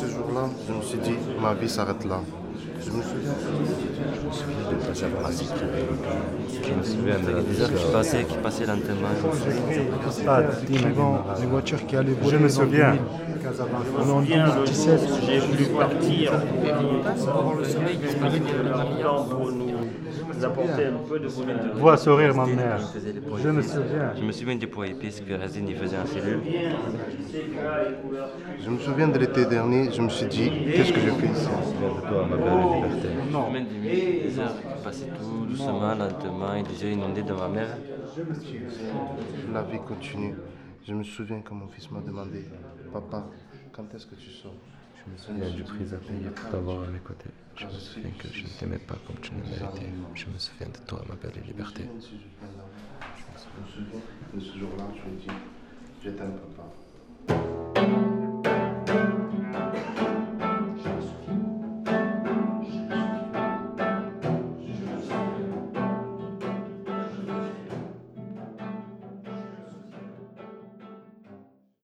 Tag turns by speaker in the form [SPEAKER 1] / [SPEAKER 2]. [SPEAKER 1] Je me suis dit, ma vie s'arrête là. Je me suis
[SPEAKER 2] Bizarre qui passait, qui passait lentement.
[SPEAKER 3] les voitures qui allaient voler.
[SPEAKER 4] Je
[SPEAKER 3] dans
[SPEAKER 4] me souviens.
[SPEAKER 3] 2000, Casablanca.
[SPEAKER 4] Je me souviens le jour où j'ai voulu partir, pour nous apporter un peu de bonheur.
[SPEAKER 3] Vois sourire ma mère. Je me souviens.
[SPEAKER 2] Je me souviens du poids épice que Razine y faisait en cellule.
[SPEAKER 1] Je me souviens de l'été dernier, je me suis dit, qu'est-ce que je fais ici
[SPEAKER 2] Je me souviens des mille bizarres qui passaient tout doucement, lentement, et déjà inondés de ma mère.
[SPEAKER 1] La vie continue. Je me souviens quand mon fils m'a demandé, papa, quand est-ce que tu sors Je me souviens
[SPEAKER 5] du prix à payer pour t'avoir à mes côtés. Je me souviens que je ne t'aimais pas comme tu ne méritais. Je me souviens de toi, ma belle liberté.
[SPEAKER 1] Je me souviens de ce jour-là, je me dis, je t'aime papa.